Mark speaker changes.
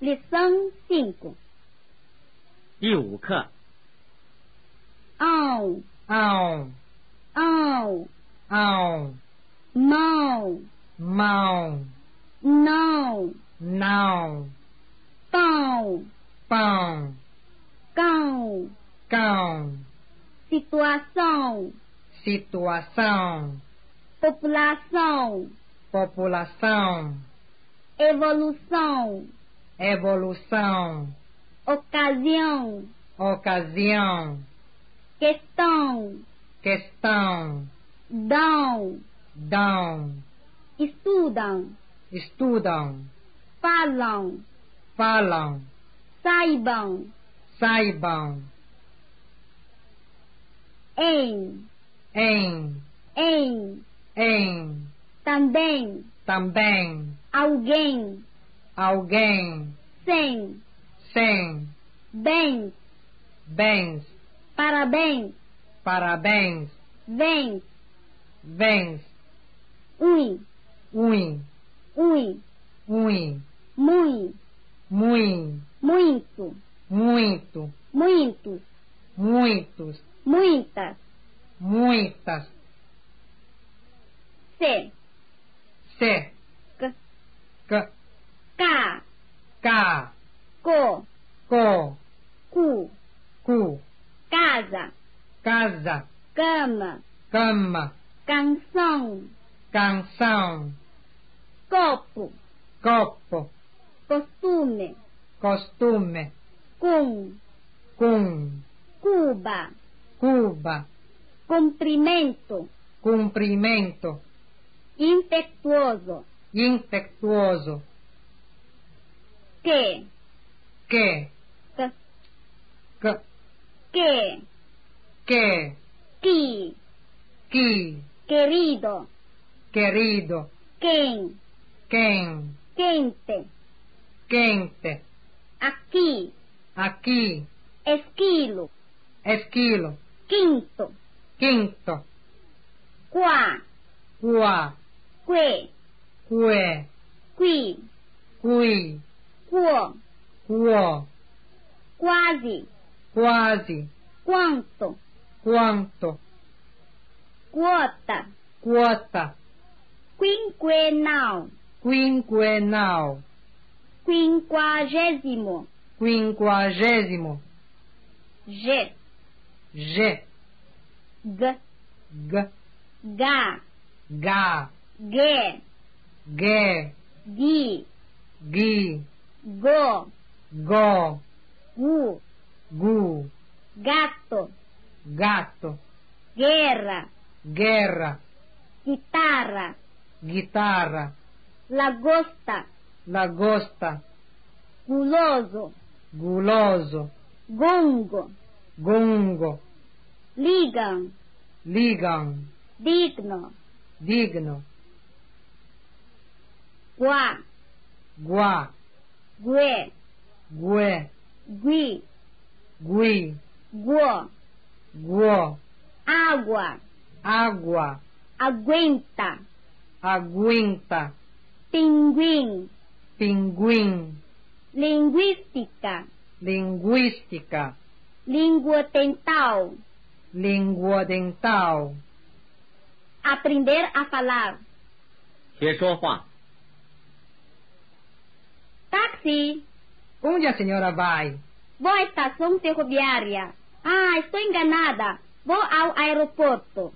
Speaker 1: Lição 5.
Speaker 2: 第五课
Speaker 1: Ao,
Speaker 3: ao,
Speaker 1: ao,
Speaker 3: ao,
Speaker 1: mão,
Speaker 3: mão,
Speaker 1: não,
Speaker 3: não,
Speaker 1: pau,
Speaker 3: pão,
Speaker 1: cão,
Speaker 3: cão,
Speaker 1: situação,
Speaker 3: situação,
Speaker 1: população,
Speaker 3: população,
Speaker 1: evolução,
Speaker 3: evolução,
Speaker 1: ocasião,
Speaker 3: ocasião,
Speaker 1: questão,
Speaker 3: questão,
Speaker 1: dão,
Speaker 3: dão,
Speaker 1: estudam,
Speaker 3: estudam,
Speaker 1: falam,
Speaker 3: falam,
Speaker 1: saibam,
Speaker 3: saibam,
Speaker 1: em,
Speaker 3: em,
Speaker 1: em,
Speaker 3: em,
Speaker 1: também,
Speaker 3: também,
Speaker 1: alguém,
Speaker 3: alguém,
Speaker 1: sem,
Speaker 3: sem,
Speaker 1: bens,
Speaker 3: bens,
Speaker 1: parabéns,
Speaker 3: parabéns,
Speaker 1: vens,
Speaker 3: vens,
Speaker 1: ui,
Speaker 3: um,
Speaker 1: ui,
Speaker 3: um,
Speaker 1: mui,
Speaker 3: muito,
Speaker 1: muito,
Speaker 3: muito,
Speaker 1: muitos,
Speaker 3: muitos,
Speaker 1: muitas,
Speaker 3: muitas,
Speaker 1: se,
Speaker 3: se,
Speaker 1: c,
Speaker 3: c,
Speaker 1: ca,
Speaker 3: ca,
Speaker 1: co,
Speaker 3: co,
Speaker 1: cu,
Speaker 3: cu,
Speaker 1: casa,
Speaker 3: casa,
Speaker 1: cama,
Speaker 3: cama,
Speaker 1: canção,
Speaker 3: canção,
Speaker 1: copo,
Speaker 3: copo,
Speaker 1: costume,
Speaker 3: costume,
Speaker 1: com,
Speaker 3: cum,
Speaker 1: cuba,
Speaker 3: cuba,
Speaker 1: comprimento,
Speaker 3: cumprimento,
Speaker 1: infettuoso,
Speaker 3: infettuoso,
Speaker 1: che,
Speaker 3: che,
Speaker 1: c,
Speaker 3: c,
Speaker 1: che,
Speaker 3: che,
Speaker 1: chi,
Speaker 3: chi,
Speaker 1: querido,
Speaker 3: querido,
Speaker 1: quem,
Speaker 3: quem,
Speaker 1: quente,
Speaker 3: quente,
Speaker 1: aqui,
Speaker 3: aqui,
Speaker 1: esquilo,
Speaker 3: esquilo,
Speaker 1: quinto,
Speaker 3: quinto,
Speaker 1: qua,
Speaker 3: qua,
Speaker 1: que,
Speaker 3: que,
Speaker 1: qui,
Speaker 3: qui,
Speaker 1: quo,
Speaker 3: quo,
Speaker 1: quasi,
Speaker 3: quasi,
Speaker 1: quanto,
Speaker 3: quanto,
Speaker 1: quota,
Speaker 3: quota,
Speaker 1: quinquenal,
Speaker 3: quinquennal,
Speaker 1: quinquagésimo,
Speaker 3: quinquagesimo,
Speaker 1: g,
Speaker 3: g,
Speaker 1: g,
Speaker 3: g,
Speaker 1: ga,
Speaker 3: ga,
Speaker 1: ge,
Speaker 3: ge,
Speaker 1: gi,
Speaker 3: ghi,
Speaker 1: go,
Speaker 3: go,
Speaker 1: gu,
Speaker 3: gu,
Speaker 1: gato,
Speaker 3: gatto,
Speaker 1: guerra,
Speaker 3: guerra,
Speaker 1: guitarra,
Speaker 3: chitarra,
Speaker 1: lagosta,
Speaker 3: lagosta,
Speaker 1: guloso,
Speaker 3: guloso,
Speaker 1: gongo,
Speaker 3: gongo,
Speaker 1: ligam,
Speaker 3: ligan,
Speaker 1: digno,
Speaker 3: digno,
Speaker 1: guá,
Speaker 3: gua,
Speaker 1: gue,
Speaker 3: gue,
Speaker 1: gui,
Speaker 3: gui,
Speaker 1: guo,
Speaker 3: guo,
Speaker 1: água,
Speaker 3: água,
Speaker 1: aguenta,
Speaker 3: aguenta,
Speaker 1: pinguim,
Speaker 3: pinguim,
Speaker 1: linguística,
Speaker 3: linguística,
Speaker 1: língua dental,
Speaker 3: língua dental,
Speaker 1: aprender a falar,
Speaker 2: 学说话。
Speaker 1: táxi,
Speaker 3: Onde a senhora vai?
Speaker 1: vou à estação ferroviária, ah, estou enganada, vou ao aeroporto.